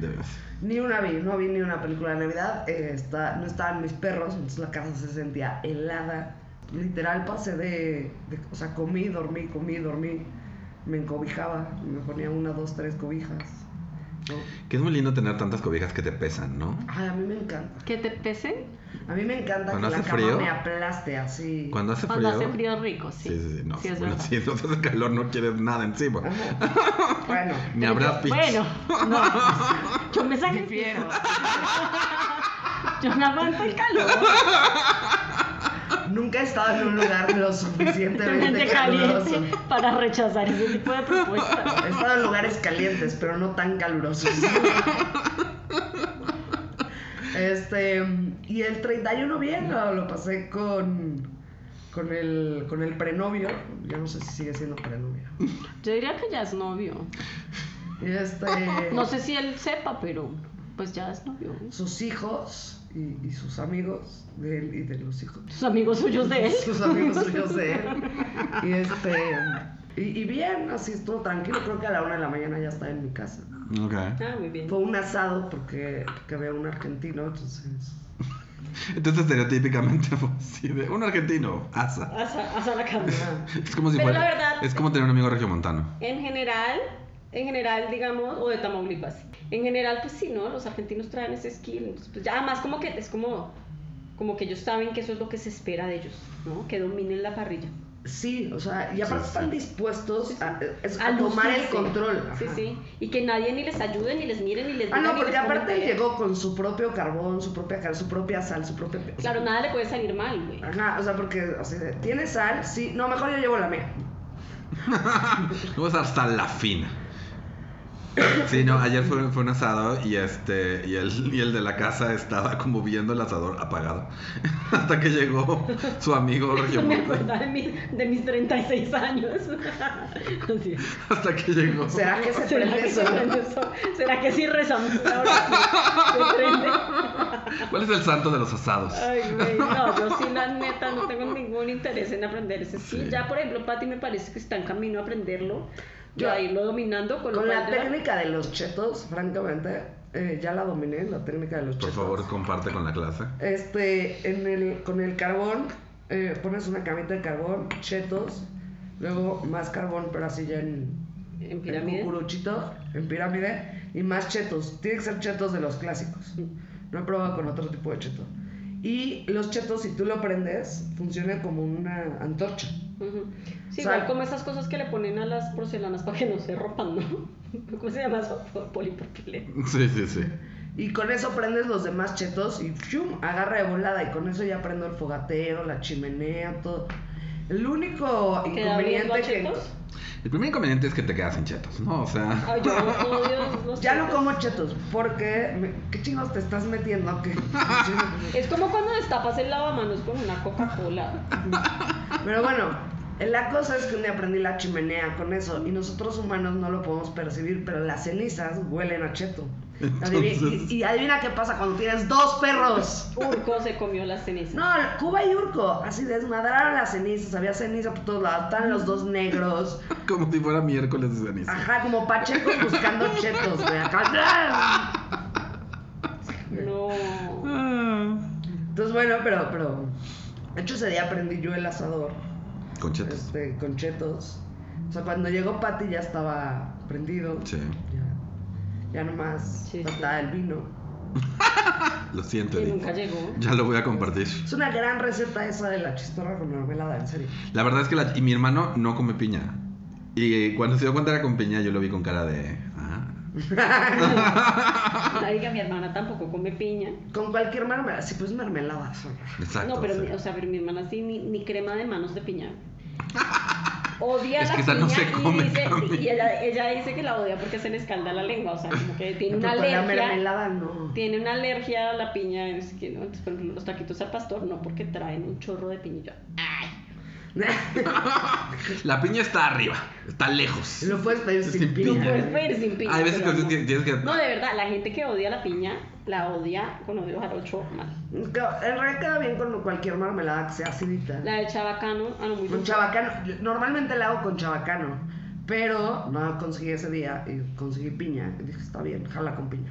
[SPEAKER 3] De veras.
[SPEAKER 2] Ni una vi, no vi ni una película de Navidad. eh, está- no estaban mis perros, entonces la casa se sentía helada. Literal pasé de, de- O sea, comí, dormí, comí, dormí. Me encobijaba, me ponía una, dos, tres cobijas. ¿no?
[SPEAKER 3] Que es muy lindo tener tantas cobijas que te pesan, ¿no?
[SPEAKER 2] Ay, a mí me encanta.
[SPEAKER 1] ¿Que te pesen?
[SPEAKER 2] A mí me encanta que
[SPEAKER 3] ¿Cuando
[SPEAKER 2] la cama
[SPEAKER 3] hace frío?
[SPEAKER 2] me aplaste así.
[SPEAKER 3] Cuando hace
[SPEAKER 1] Cuando
[SPEAKER 3] frío.
[SPEAKER 1] hace frío rico, sí.
[SPEAKER 3] Sí, sí, sí. No,
[SPEAKER 1] sí es
[SPEAKER 3] bueno,
[SPEAKER 1] verdad.
[SPEAKER 3] si no hace calor, no quieres nada encima.
[SPEAKER 2] Ajá. Bueno,
[SPEAKER 3] Ni
[SPEAKER 1] Pero
[SPEAKER 3] habrá
[SPEAKER 1] yo-
[SPEAKER 3] pitch.
[SPEAKER 1] Bueno, no. Yo me sacrifico.
[SPEAKER 2] prefiero.
[SPEAKER 1] Yo me aguanto el calor.
[SPEAKER 2] Nunca he estado en un lugar lo suficientemente
[SPEAKER 1] Gente
[SPEAKER 2] caluroso.
[SPEAKER 1] caliente para rechazar ese tipo de propuestas.
[SPEAKER 2] He estado en lugares calientes, pero no tan calurosos. Este, y el 31 bien, lo, lo pasé con, con el, con el prenovio. Yo no sé si sigue siendo prenovio.
[SPEAKER 1] Yo diría que ya es novio.
[SPEAKER 2] Y este,
[SPEAKER 1] No sé si él sepa, pero pues ya es novio.
[SPEAKER 2] sus hijos y, y sus amigos de él y de los hijos.
[SPEAKER 1] Sus amigos suyos de él.
[SPEAKER 2] Sus amigos suyos de él. Y este, y, y bien, así estuvo tranquilo. Creo que a la una de la mañana ya estaba en mi casa.
[SPEAKER 3] Ok.
[SPEAKER 1] Ah, muy bien.
[SPEAKER 2] Fue un asado porque, porque había un argentino, entonces.
[SPEAKER 3] Entonces, estereotípicamente, fue así de un argentino, asa.
[SPEAKER 1] Asa, asa la cámara.
[SPEAKER 3] Es como si
[SPEAKER 1] Pero
[SPEAKER 3] fuera.
[SPEAKER 1] la verdad-
[SPEAKER 3] es como tener un amigo regiomontano.
[SPEAKER 1] En general, en general, digamos, o de Tamaulipas. En general, pues sí, ¿no? Los argentinos traen ese skill. entonces, Pues ya, además, como que es como, como que ellos saben que eso es lo que se espera de ellos, ¿no? Que dominen la parrilla.
[SPEAKER 2] Sí, o sea, y aparte
[SPEAKER 3] Sí, sí.
[SPEAKER 2] están dispuestos a, es- a
[SPEAKER 1] Al
[SPEAKER 2] tomar el
[SPEAKER 1] lucirse.
[SPEAKER 2] control.
[SPEAKER 1] Sí,
[SPEAKER 2] ajá.
[SPEAKER 1] sí. Y que nadie ni les ayude, ni les mire, ni les
[SPEAKER 2] Ah,
[SPEAKER 1] diga,
[SPEAKER 2] no,
[SPEAKER 1] ni
[SPEAKER 2] porque
[SPEAKER 1] les ponga
[SPEAKER 2] aparte él
[SPEAKER 1] pelea.
[SPEAKER 2] llegó con su propio carbón, su propia cal, su propia sal, su propia. o sea,
[SPEAKER 1] Claro, nada le puede salir mal, güey.
[SPEAKER 2] Ajá, o sea, porque, o sea, ¿tiene sal? Sí, no, mejor yo llevo la mía.
[SPEAKER 3] No vas hasta la fina. Sí, no, ayer fue, fue un asado y este y el, y el de la casa estaba como viendo el asador apagado. Hasta que llegó su amigo
[SPEAKER 1] Eso me
[SPEAKER 3] regiomontano.
[SPEAKER 1] acuerda de, mi- de mis 36 años. Así.
[SPEAKER 3] Hasta que llegó.
[SPEAKER 2] ¿Será que se
[SPEAKER 1] ¿Será
[SPEAKER 2] prende
[SPEAKER 1] que se
[SPEAKER 2] eso?
[SPEAKER 1] prende eso? ¿Será que sí rezamos una oración? ¿Se prende?
[SPEAKER 3] ¿Cuál es el santo de los asados?
[SPEAKER 1] Ay, güey, no, yo sí, la neta, no tengo ningún interés en aprender ese sí.
[SPEAKER 3] Sí.
[SPEAKER 1] Ya, por ejemplo, Pati me parece que está en camino a aprenderlo y
[SPEAKER 2] Yo-
[SPEAKER 1] a irlo dominando con, lo
[SPEAKER 2] Con la
[SPEAKER 1] cual yo-
[SPEAKER 2] técnica de los chetos, francamente, eh, ya la dominé, la técnica de los
[SPEAKER 3] Por
[SPEAKER 2] chetos.
[SPEAKER 3] favor, comparte con la clase.
[SPEAKER 2] Este, en el, con el carbón, eh, pones una camita de carbón, chetos, luego más carbón, pero así ya en,
[SPEAKER 1] En pirámide.
[SPEAKER 2] en cucuruchito, en pirámide, y más chetos. Tiene que ser chetos de los clásicos. No he probado con otro tipo de cheto. Y los chetos, si tú lo prendes, funciona como una antorcha.
[SPEAKER 1] Ujú. Sí,
[SPEAKER 2] O sea,
[SPEAKER 1] igual como esas cosas que le ponen a las porcelanas para que no se rompan, ¿no? ¿Cómo se llama eso? Polipropileno.
[SPEAKER 3] Sí, sí, sí.
[SPEAKER 2] Y con eso prendes los demás chetos y ¡fium! agarra de volada. Y con eso ya prendo el fogatero, la chimenea, todo. El único
[SPEAKER 1] ¿Queda oliendo a
[SPEAKER 2] inconveniente que.
[SPEAKER 1] chetos?
[SPEAKER 3] El primer inconveniente es que te quedas sin chetos, ¿no? O sea,
[SPEAKER 1] Ay, yo odio los
[SPEAKER 2] Ya no
[SPEAKER 1] chetos.
[SPEAKER 2] como chetos, porque. me- ¿Qué chingos te estás metiendo? ¿Qué?
[SPEAKER 1] Es como cuando destapas el lavamanos con una Coca-Cola.
[SPEAKER 2] Pero bueno, la cosa es que un día aprendí la chimenea con eso. Y nosotros humanos no lo podemos percibir, pero las cenizas huelen a cheto. Adivi-
[SPEAKER 3] Entonces-
[SPEAKER 2] y, y adivina qué pasa cuando tienes dos perros.
[SPEAKER 1] Urco se comió las cenizas.
[SPEAKER 2] No, Cuba y Urco, así desmadraron las cenizas, había ceniza por todos lados, estaban los dos negros,
[SPEAKER 3] como si fuera miércoles de ceniza.
[SPEAKER 2] ajá, como pachecos buscando chetos, güey, acá. ¡ah!
[SPEAKER 1] No.
[SPEAKER 3] Ah.
[SPEAKER 2] Entonces, bueno, pero, pero, de hecho ese día aprendí yo el asador,
[SPEAKER 3] Con chetos.
[SPEAKER 2] este, con chetos. O sea, cuando llegó Patty ya estaba prendido,
[SPEAKER 3] Sí.
[SPEAKER 2] ya, ya nomás
[SPEAKER 1] Sí, sí.
[SPEAKER 2] faltaba el vino.
[SPEAKER 3] Lo siento,
[SPEAKER 1] Y
[SPEAKER 3] Edith.
[SPEAKER 1] nunca llegó.
[SPEAKER 3] Ya lo voy a compartir.
[SPEAKER 2] Es una gran receta esa de la chistorra con mermelada, en serio.
[SPEAKER 3] La verdad es que la- y mi hermano no come piña. Y eh, cuando se dio cuenta era con piña, yo lo vi con cara de. "Ah".
[SPEAKER 1] Ay, que mi hermana tampoco come piña.
[SPEAKER 2] Con cualquier mermelada, sí, pues mermelada, son.
[SPEAKER 3] Exacto.
[SPEAKER 1] no, pero,
[SPEAKER 3] o sea.
[SPEAKER 1] mi- o sea, pero mi hermana sí, ni, ni crema de manos de piña. Odia
[SPEAKER 3] Es
[SPEAKER 1] la
[SPEAKER 3] que esa
[SPEAKER 1] piña
[SPEAKER 3] no se come,
[SPEAKER 1] y, dice,
[SPEAKER 3] Cami.
[SPEAKER 1] y ella, ella dice que la odia porque se le escalda la lengua. O sea, como que tiene una
[SPEAKER 2] Pero con la
[SPEAKER 1] alergia.
[SPEAKER 2] mermelada no.
[SPEAKER 1] Tiene una alergia a la piña. Es que, ¿no? Entonces, por ejemplo, los taquitos al pastor no, porque traen un chorro de piña. Y yo, ¡ay!
[SPEAKER 3] La piña está arriba, está lejos.
[SPEAKER 2] Lo puedes pedir
[SPEAKER 3] Es
[SPEAKER 2] sin
[SPEAKER 3] sin
[SPEAKER 2] piña.
[SPEAKER 1] No puedes
[SPEAKER 2] ¿eh?
[SPEAKER 1] pedir sin piña.
[SPEAKER 3] Hay veces que
[SPEAKER 1] pero no.
[SPEAKER 3] tienes que- tienes que.
[SPEAKER 1] No, de verdad, la gente que odia la piña, la odia con odio jarocho mal.
[SPEAKER 2] Ca- En realidad queda bien con cualquier mermelada que sea acidita.
[SPEAKER 1] La de chabacano, ah, no, muy
[SPEAKER 2] Con chabacano. yo- Normalmente la hago con chabacano, pero no conseguí ese día y conseguí piña. Y dije, está bien, jala con piña.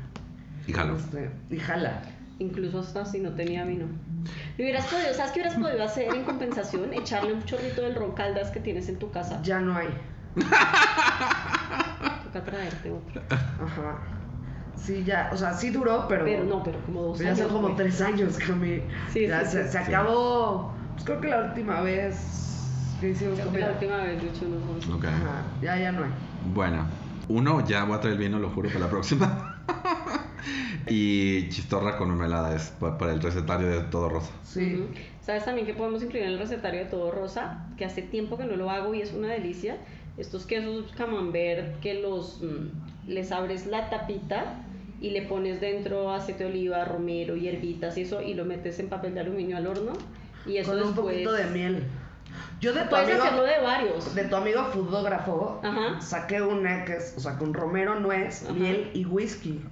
[SPEAKER 3] Híjalo.
[SPEAKER 2] Este, y jala.
[SPEAKER 1] Incluso hasta si no tenía vino. Lo hubieras podido, ¿sabes qué hubieras podido hacer en compensación? Echarle un chorrito del ron caldas que tienes en tu casa.
[SPEAKER 2] Ya no hay.
[SPEAKER 1] Toca traerte otro.
[SPEAKER 2] Ajá. Sí, ya. O sea, sí duró, pero.
[SPEAKER 1] Pero no, pero como dos
[SPEAKER 2] pero ya
[SPEAKER 1] años. pues.
[SPEAKER 2] son como
[SPEAKER 1] güey.
[SPEAKER 2] tres años, Cami.
[SPEAKER 1] Sí,
[SPEAKER 2] ya
[SPEAKER 1] sí,
[SPEAKER 2] se,
[SPEAKER 1] sí.
[SPEAKER 2] se
[SPEAKER 3] Sí.
[SPEAKER 2] acabó. Pues creo que la última vez que hicimos
[SPEAKER 1] Creo que La
[SPEAKER 2] comida.
[SPEAKER 1] última vez, de hecho, no fue.
[SPEAKER 3] Ok.
[SPEAKER 2] Ajá. Ya, ya no hay.
[SPEAKER 3] Bueno, uno ya voy a traer el vino, lo juro, para la próxima. y chistorra con mermelada es pa- para el recetario de todo rosa.
[SPEAKER 2] Sí.
[SPEAKER 1] Ujú. ¿Sabes también que podemos incluir en el recetario de todo rosa? Que hace tiempo que no lo hago y es una delicia. Estos quesos camembert que los mm, les abres la tapita y le pones dentro aceite de oliva, romero, hierbitas y eso y lo metes en papel de aluminio al horno y eso
[SPEAKER 2] con un
[SPEAKER 1] después
[SPEAKER 2] poquito de miel. Yo de tu
[SPEAKER 1] puedes
[SPEAKER 2] amigo,
[SPEAKER 1] hacerlo de varios.
[SPEAKER 2] de tu amigo fotógrafo
[SPEAKER 1] Ajá.
[SPEAKER 2] saqué una que es, o sea, con romero, nuez,
[SPEAKER 1] Ajá.
[SPEAKER 2] miel y whisky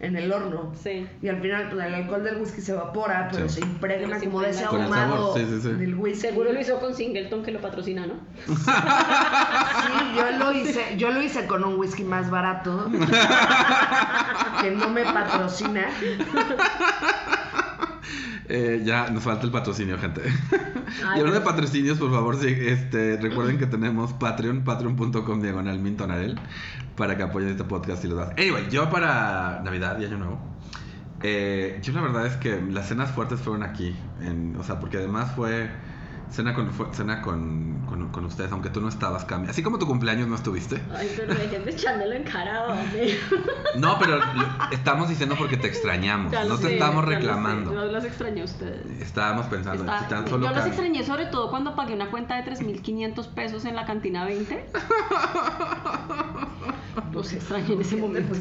[SPEAKER 2] en el horno.
[SPEAKER 1] Sí.
[SPEAKER 2] Y al final pues, el alcohol del whisky se evapora, pero
[SPEAKER 3] Sí.
[SPEAKER 2] se impregna
[SPEAKER 1] Pero se
[SPEAKER 2] como de ese
[SPEAKER 1] impregna.
[SPEAKER 3] Con el
[SPEAKER 2] ahumado
[SPEAKER 3] sabor, sí, sí, sí.
[SPEAKER 2] del whisky.
[SPEAKER 1] Seguro lo hizo con Singleton que lo patrocina, ¿no?
[SPEAKER 2] Sí, yo lo hice, yo lo hice con un whisky más barato que no me patrocina.
[SPEAKER 3] Eh, ya nos falta el patrocinio, gente.
[SPEAKER 1] Ay,
[SPEAKER 3] y hablando de
[SPEAKER 1] pero-
[SPEAKER 3] patrocinios, por favor, sí, este, recuerden que tenemos Patreon, patreon.com diagonal Mintonarel, para que apoyen este podcast y los demás. Anyway, yo para Navidad y Año Nuevo, eh, yo la verdad es que las cenas fuertes fueron aquí. en- o sea, porque además fue cena con, fue cena con, con- con ustedes, aunque tú no estabas, Cami. Así como tu cumpleaños no estuviste.
[SPEAKER 1] Ay, pero dejen de echándolo en cara, hombre.
[SPEAKER 3] No, pero lo- estamos diciendo porque te extrañamos.
[SPEAKER 1] Ya lo
[SPEAKER 3] no te
[SPEAKER 1] sé,
[SPEAKER 3] estamos
[SPEAKER 1] ya lo sé.
[SPEAKER 3] reclamando.
[SPEAKER 1] No los extrañé a ustedes.
[SPEAKER 3] Estábamos pensando,
[SPEAKER 1] Está-
[SPEAKER 3] Ah, si tan solo
[SPEAKER 1] yo los
[SPEAKER 3] Cami-
[SPEAKER 1] extrañé sobre todo cuando pagué una cuenta de 3.500 pesos en la cantina 20. Los extrañé en ese momento.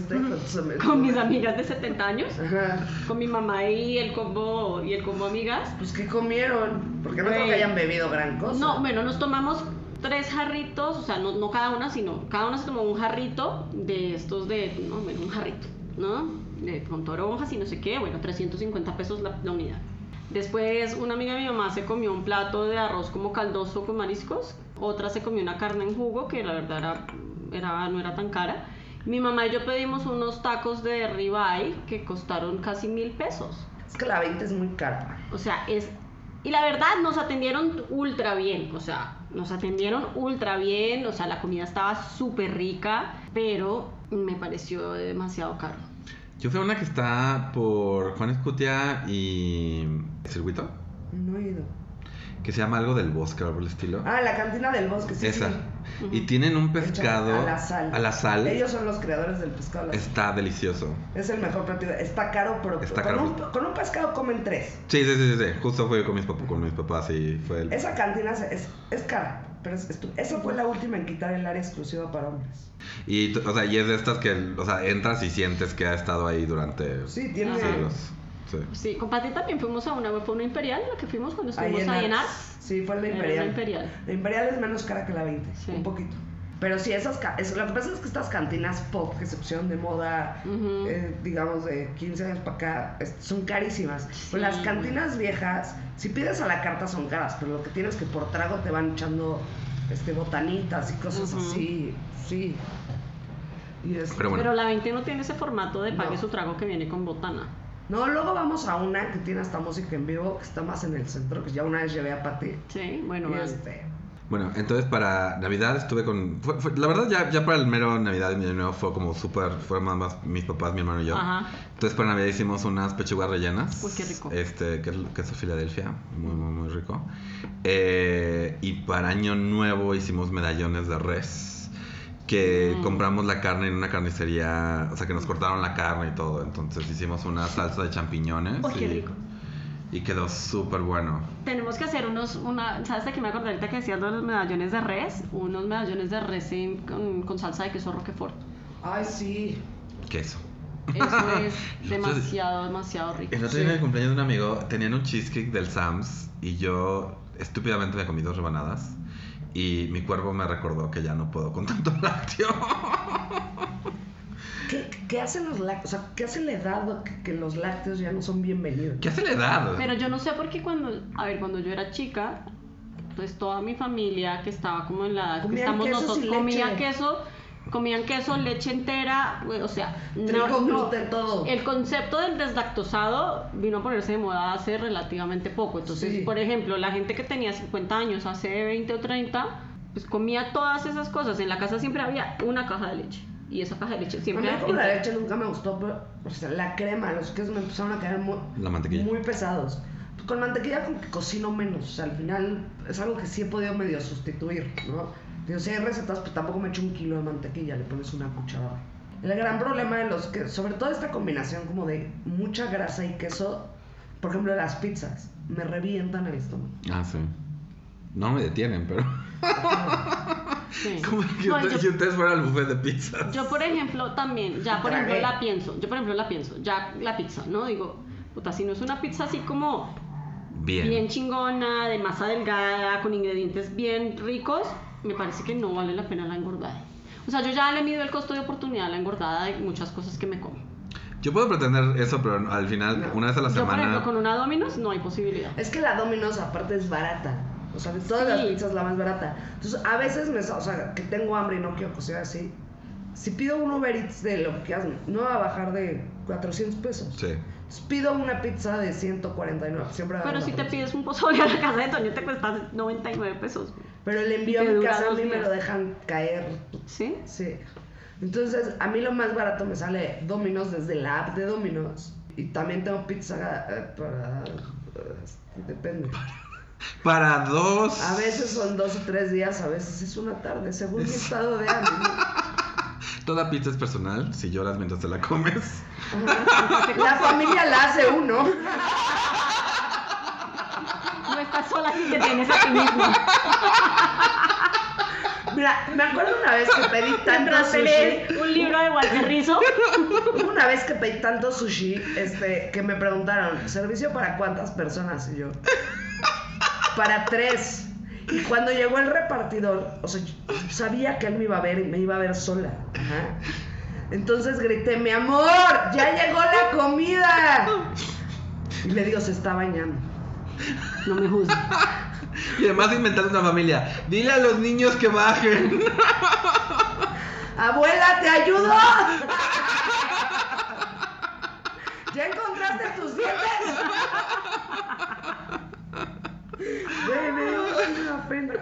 [SPEAKER 1] Con mis amigas de 70 años,
[SPEAKER 2] Ajá.
[SPEAKER 1] con mi mamá y el combo y el combo amigas.
[SPEAKER 2] Pues ¿qué comieron? Porque no creo
[SPEAKER 1] Güey.
[SPEAKER 2] que hayan bebido gran cosa.
[SPEAKER 1] No, bueno, nos tomamos tres jarritos, o sea, no, no cada una, sino cada una se tomó un jarrito de estos de, no, bueno, un jarrito, ¿no? De- con toronjas y no sé qué, bueno, 350 pesos la, la unidad. Después una amiga de mi mamá se comió un plato de arroz como caldoso con mariscos, otra se comió una carne en jugo, que la verdad era, era- no era tan cara, Mi mamá y yo pedimos unos tacos de ribeye que costaron casi mil pesos.
[SPEAKER 2] Es que la venta es muy cara.
[SPEAKER 1] O sea, es... Y la verdad, nos atendieron ultra bien, o sea, nos atendieron ultra bien, o sea, la comida estaba súper rica, pero me pareció demasiado caro.
[SPEAKER 3] Yo fui a una que está por Juan Escutia y Circuito,
[SPEAKER 2] No he ido.
[SPEAKER 3] que se llama algo del bosque, algo por el estilo.
[SPEAKER 2] Ah, la cantina del bosque, sí.
[SPEAKER 3] Esa.
[SPEAKER 2] sí.
[SPEAKER 3] Y tienen un
[SPEAKER 2] Hecha
[SPEAKER 3] pescado
[SPEAKER 2] A la sal.
[SPEAKER 3] a la sal.
[SPEAKER 2] Ellos son los creadores del pescado. a la sal.
[SPEAKER 3] Está delicioso.
[SPEAKER 2] Es el mejor platillo. Está caro, pero
[SPEAKER 3] Está
[SPEAKER 2] con,
[SPEAKER 3] caro.
[SPEAKER 2] Un, con un pescado comen tres.
[SPEAKER 3] Sí, sí, sí, sí, sí. Justo fue con mis, papás, con mis papás y fue el...
[SPEAKER 2] Esa cantina se- es, es cara, pero es, estu- esa fue la última en quitar el área exclusiva para hombres.
[SPEAKER 3] Y, t- o sea, y es de estas que, o sea, entras y sientes que ha estado ahí durante
[SPEAKER 2] Pues Sí, tiene.
[SPEAKER 1] Ajá.
[SPEAKER 3] siglos. Ah, Sí.
[SPEAKER 1] Sí, con Pati también fuimos a una, fue una imperial en la que fuimos cuando
[SPEAKER 2] ahí
[SPEAKER 1] estuvimos ahí en
[SPEAKER 2] Arts.
[SPEAKER 1] Arts.
[SPEAKER 2] Sí, fue la
[SPEAKER 1] Era una
[SPEAKER 2] imperial.
[SPEAKER 1] imperial.
[SPEAKER 2] La imperial es menos cara que la 20,
[SPEAKER 1] Sí.
[SPEAKER 2] un poquito. Pero sí, esas, ca- es- lo que pasa es que estas cantinas pop que se pusieron de moda,
[SPEAKER 1] Ujú.
[SPEAKER 2] eh, digamos, de 15 años para acá, es- son carísimas. Pero las
[SPEAKER 1] Sí.
[SPEAKER 2] cantinas viejas, si pides a la carta son caras, pero lo que tienes que por trago te van echando este, botanitas y cosas
[SPEAKER 1] Ujú.
[SPEAKER 2] así, sí. Y es-
[SPEAKER 3] Pero bueno.
[SPEAKER 1] Pero la 20 no tiene ese formato de pague
[SPEAKER 2] No.
[SPEAKER 1] su trago que viene con botana.
[SPEAKER 2] No, luego vamos a una que tiene hasta música en vivo, que está más en el centro, que ya una vez llevé a Pati.
[SPEAKER 1] Sí, bueno,
[SPEAKER 2] Y
[SPEAKER 1] vale.
[SPEAKER 2] este,
[SPEAKER 3] Bueno, entonces para Navidad estuve con... fue- fue- la verdad, ya, ya para el mero Navidad y mi nuevo fue como súper... Fue más, más mis papás, mi hermano y yo.
[SPEAKER 1] Ajá.
[SPEAKER 3] Entonces para Navidad hicimos unas pechugas rellenas.
[SPEAKER 1] Uy, qué rico.
[SPEAKER 3] Este, que es queso Filadelfia. Muy, muy, muy rico. Eh, y para Año Nuevo hicimos medallones de res. Que
[SPEAKER 1] Mm.
[SPEAKER 3] compramos la carne en una carnicería. O sea, que nos cortaron la carne y todo. Entonces hicimos una salsa de champiñones.
[SPEAKER 1] Uy, qué
[SPEAKER 3] y,
[SPEAKER 1] rico.
[SPEAKER 3] Y quedó súper bueno.
[SPEAKER 1] Tenemos que hacer unos, una, ¿sabes de qué me acordé ahorita que decías de los medallones de res? Unos medallones de res en- con, con salsa de queso roquefort.
[SPEAKER 2] ay, sí.
[SPEAKER 3] Queso.
[SPEAKER 1] Eso es
[SPEAKER 3] Lo estás-
[SPEAKER 1] demasiado, demasiado rico.
[SPEAKER 3] El otro día en el cumpleaños de un amigo tenían un cheesecake del Sam's y yo estúpidamente me comí dos rebanadas y mi cuerpo me recordó que ya no puedo con tanto lácteo.
[SPEAKER 2] ¿Qué, qué hacen los lácteos? O sea, ¿qué hace la edad o que, que los lácteos ya no son bienvenidos?
[SPEAKER 3] ¿Qué hace la edad?
[SPEAKER 1] Pero yo no sé por qué cuando, a ver, cuando yo era chica, pues toda mi familia que estaba como en la edad que
[SPEAKER 2] Comían
[SPEAKER 1] estamos
[SPEAKER 2] queso
[SPEAKER 1] nosotros,
[SPEAKER 2] sin
[SPEAKER 1] comían
[SPEAKER 2] leche.
[SPEAKER 1] queso, comían queso, leche entera, güey, o sea,
[SPEAKER 2] Trigo, gluten, todo.
[SPEAKER 1] El concepto del deslactosado vino a ponerse de moda hace relativamente poco. Entonces,
[SPEAKER 2] Sí.
[SPEAKER 1] por ejemplo, la gente que tenía 50 años hace 20 o 30, pues comía todas esas cosas. En la casa siempre había una caja de leche. Y esa caja de leche
[SPEAKER 2] A mí
[SPEAKER 1] siempre
[SPEAKER 2] como la
[SPEAKER 1] entera.
[SPEAKER 2] leche nunca me gustó, pero o sea, la crema, los quesos me empezaron a caer muy,
[SPEAKER 3] La mantequilla.
[SPEAKER 2] muy pesados. Con mantequilla como que cocino menos, o sea, al final es algo que sí he podido medio sustituir, ¿no? Digo, si hay recetas, pues tampoco me echo un kilo de mantequilla, le pones una cucharada. El gran problema de los que, sobre todo esta combinación como de mucha grasa y queso, por ejemplo, las pizzas, me revientan el estómago.
[SPEAKER 3] Ah, sí. No me detienen, pero...
[SPEAKER 1] Sí.
[SPEAKER 3] Como que
[SPEAKER 1] No,
[SPEAKER 3] usted-
[SPEAKER 1] yo-
[SPEAKER 3] si ustedes fueran al buffet de pizzas.
[SPEAKER 1] Yo, por ejemplo, también, ya por
[SPEAKER 2] Tragué.
[SPEAKER 1] ejemplo la pienso, yo por ejemplo la pienso, ya la pizza, ¿no? Digo, puta, si no es una pizza así como
[SPEAKER 3] Bien.
[SPEAKER 1] bien chingona, de masa delgada, con ingredientes bien ricos, me parece que no vale la pena la engordada. O sea, yo ya le mido el costo de oportunidad a la engordada de muchas cosas que me como.
[SPEAKER 3] Yo puedo pretender eso, pero al final,
[SPEAKER 2] No.
[SPEAKER 3] una vez a la
[SPEAKER 1] Yo, por
[SPEAKER 3] semana...
[SPEAKER 1] ejemplo, con una Domino's no hay posibilidad.
[SPEAKER 2] Es que la Domino's aparte es barata. O sea, de todas
[SPEAKER 1] Sí.
[SPEAKER 2] las pizzas la más barata. Entonces, a veces me, sa- o sea, que tengo hambre y no quiero cocinar así. Si pido un Uber Eats de lo que quieras, no va a bajar de 400 pesos.
[SPEAKER 3] Sí.
[SPEAKER 2] Entonces, pido una pizza de 149. Siempre va a
[SPEAKER 1] Pero
[SPEAKER 2] bajar
[SPEAKER 1] si te
[SPEAKER 2] mucho.
[SPEAKER 1] pides un pozole a la casa de Toño te cuesta 99 pesos.
[SPEAKER 2] Pero el envío
[SPEAKER 1] y
[SPEAKER 2] a
[SPEAKER 1] te
[SPEAKER 2] mi
[SPEAKER 1] dura
[SPEAKER 2] casa a
[SPEAKER 1] dos
[SPEAKER 2] mí me
[SPEAKER 1] días.
[SPEAKER 2] lo dejan caer.
[SPEAKER 1] ¿Sí?
[SPEAKER 2] Sí. Entonces, a mí lo más barato me sale Domino's desde la app de Domino's. Y también tengo pizza eh, para. eh, depende.
[SPEAKER 3] Para dos...
[SPEAKER 1] Ah.
[SPEAKER 2] A veces son dos o tres días, a veces es una tarde, según mi estado de ánimo.
[SPEAKER 3] Toda pizza es personal, si lloras mientras te la comes.
[SPEAKER 2] La familia la hace uno.
[SPEAKER 1] No estás sola si te tienes a ti misma.
[SPEAKER 2] Mira, me acuerdo una vez que pedí tanto
[SPEAKER 1] Mientras te lees
[SPEAKER 2] sushi.
[SPEAKER 1] un libro de Walter Rizzo.
[SPEAKER 2] Hubo Una vez que pedí tanto sushi, este, que me preguntaron, ¿servicio para cuántas personas? Y yo, para tres. Y cuando llegó el repartidor, o sea, yo sabía que él me iba a ver y me iba a ver sola. Ajá. Entonces grité, mi amor, ya llegó la comida. Y le digo, se está bañando.
[SPEAKER 1] No me juzgues.
[SPEAKER 3] Y además inventando una familia. Dile a los niños que bajen.
[SPEAKER 2] ¡Abuela, te ayudo! ¿Ya encontraste tus dientes? Güey, me dio una pena.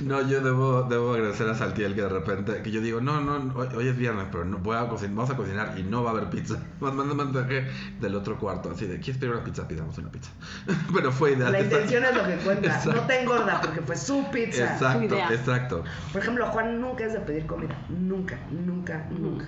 [SPEAKER 3] No, yo debo, debo agradecer a Saltiel que de repente, que yo digo, no, no, hoy, hoy es viernes, pero no, voy a cocinar, vamos a cocinar y no va a haber pizza. Más manda un mensaje del otro cuarto, así de, ¿quieres pedir una pizza? Pidamos una pizza. pero fue ideal.
[SPEAKER 2] La
[SPEAKER 3] Está-
[SPEAKER 2] intención es lo que cuenta.
[SPEAKER 3] Exacto.
[SPEAKER 2] No te engorda porque fue su pizza.
[SPEAKER 1] Su
[SPEAKER 3] Exacto,
[SPEAKER 1] idea.
[SPEAKER 3] exacto.
[SPEAKER 2] Por ejemplo, Juan nunca es de pedir comida. Nunca, nunca, nunca.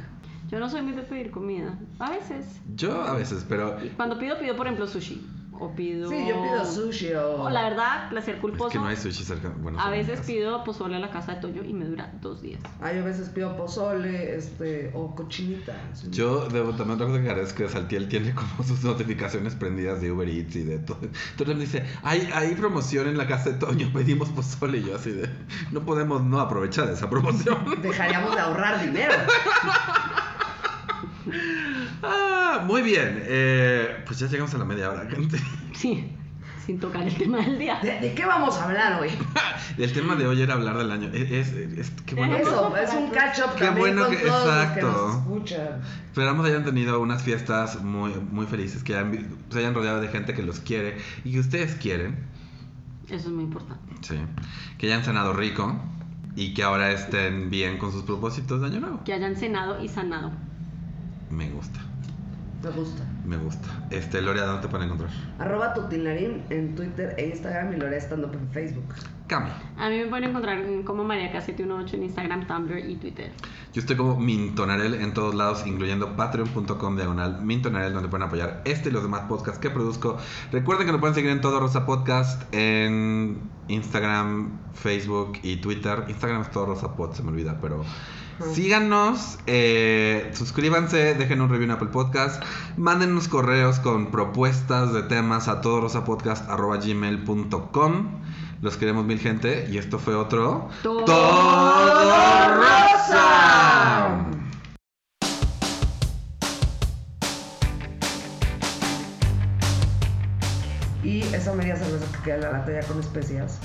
[SPEAKER 1] Yo no soy muy de pedir comida. A veces.
[SPEAKER 3] Yo a veces, pero
[SPEAKER 1] Y cuando pido, pido, por ejemplo, sushi. O pido.
[SPEAKER 2] Sí, yo pido sushi o.
[SPEAKER 1] O la verdad, placer culposo.
[SPEAKER 3] es que no hay sushi cerca. Bueno,
[SPEAKER 1] a
[SPEAKER 3] cerca de mi
[SPEAKER 1] veces
[SPEAKER 3] casa.
[SPEAKER 1] pido pozole a la casa de Toyo y me dura dos días.
[SPEAKER 2] Ay, yo a veces pido pozole, este, o cochinita. así.
[SPEAKER 3] Yo debo también otra cosa que agradezco es que Saltiel tiene como sus notificaciones prendidas de Uber Eats y de todo. Entonces me dice, hay, hay promoción en la casa de Toño, pedimos pozole y yo así de, no podemos no aprovechar esa promoción.
[SPEAKER 2] Dejaríamos de ahorrar dinero.
[SPEAKER 3] Ah, muy bien, eh, pues ya llegamos a la media hora, gente.
[SPEAKER 1] Sí, sin tocar el tema del día.
[SPEAKER 2] ¿De, de qué vamos a hablar hoy?
[SPEAKER 3] El tema de hoy era hablar del año. Es, es- es- qué bueno. que-
[SPEAKER 2] Eso, es un catch-up
[SPEAKER 3] Qué
[SPEAKER 2] también
[SPEAKER 3] bueno
[SPEAKER 2] con
[SPEAKER 3] que-
[SPEAKER 2] todos los que
[SPEAKER 3] exacto.
[SPEAKER 2] nos escuchan.
[SPEAKER 3] Esperamos hayan tenido unas fiestas muy, muy felices, que hayan vi- se hayan rodeado de gente que los quiere y que ustedes quieren.
[SPEAKER 1] Eso es muy importante.
[SPEAKER 3] Sí. Que hayan cenado rico y que ahora estén bien con sus propósitos de año nuevo.
[SPEAKER 1] Que hayan cenado y sanado.
[SPEAKER 3] Me gusta,
[SPEAKER 2] Me gusta.
[SPEAKER 3] me gusta. Este, Lorea, ¿dónde te pueden encontrar?
[SPEAKER 2] Arroba tutilarín en Twitter e Instagram y Lorea Stand Up en Facebook.
[SPEAKER 3] Cami.
[SPEAKER 1] A mí me pueden encontrar como mariaca718 en Instagram, Tumblr y Twitter.
[SPEAKER 3] Yo estoy como Mintonarel en todos lados, incluyendo patreon.com diagonal Mintonarel, donde pueden apoyar este y los demás podcasts que produzco. Recuerden que nos pueden seguir en todo Rosa Podcast, en Instagram, Facebook y Twitter. Instagram es todo Rosa Pod, se me olvida, pero síganos, eh, suscríbanse, dejen un review en Apple Podcast, mándennos correos con propuestas de temas a todo Los queremos mil gente y esto fue otro
[SPEAKER 1] Todo
[SPEAKER 2] Rosa. Y esa media cerveza que queda en la lata ya con especias,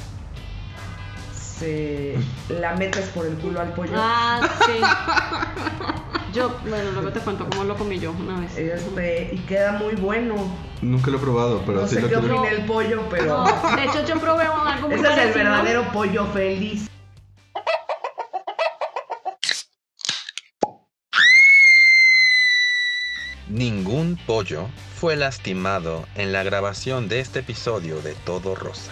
[SPEAKER 2] se la metes por el culo al pollo.
[SPEAKER 1] Ah, sí. Yo, bueno, luego te cuento cómo lo comí yo una vez.
[SPEAKER 2] Este, y queda muy bueno.
[SPEAKER 3] Nunca lo he probado, pero
[SPEAKER 2] no
[SPEAKER 3] sí
[SPEAKER 2] sé
[SPEAKER 3] lo
[SPEAKER 2] qué
[SPEAKER 3] quiero.
[SPEAKER 2] opina el pollo, pero.
[SPEAKER 1] No, de hecho, yo probé algo muy
[SPEAKER 2] Ese es el
[SPEAKER 1] parecido.
[SPEAKER 2] verdadero pollo feliz.
[SPEAKER 4] Ningún pollo fue lastimado en la grabación de este episodio de Todo Rosa.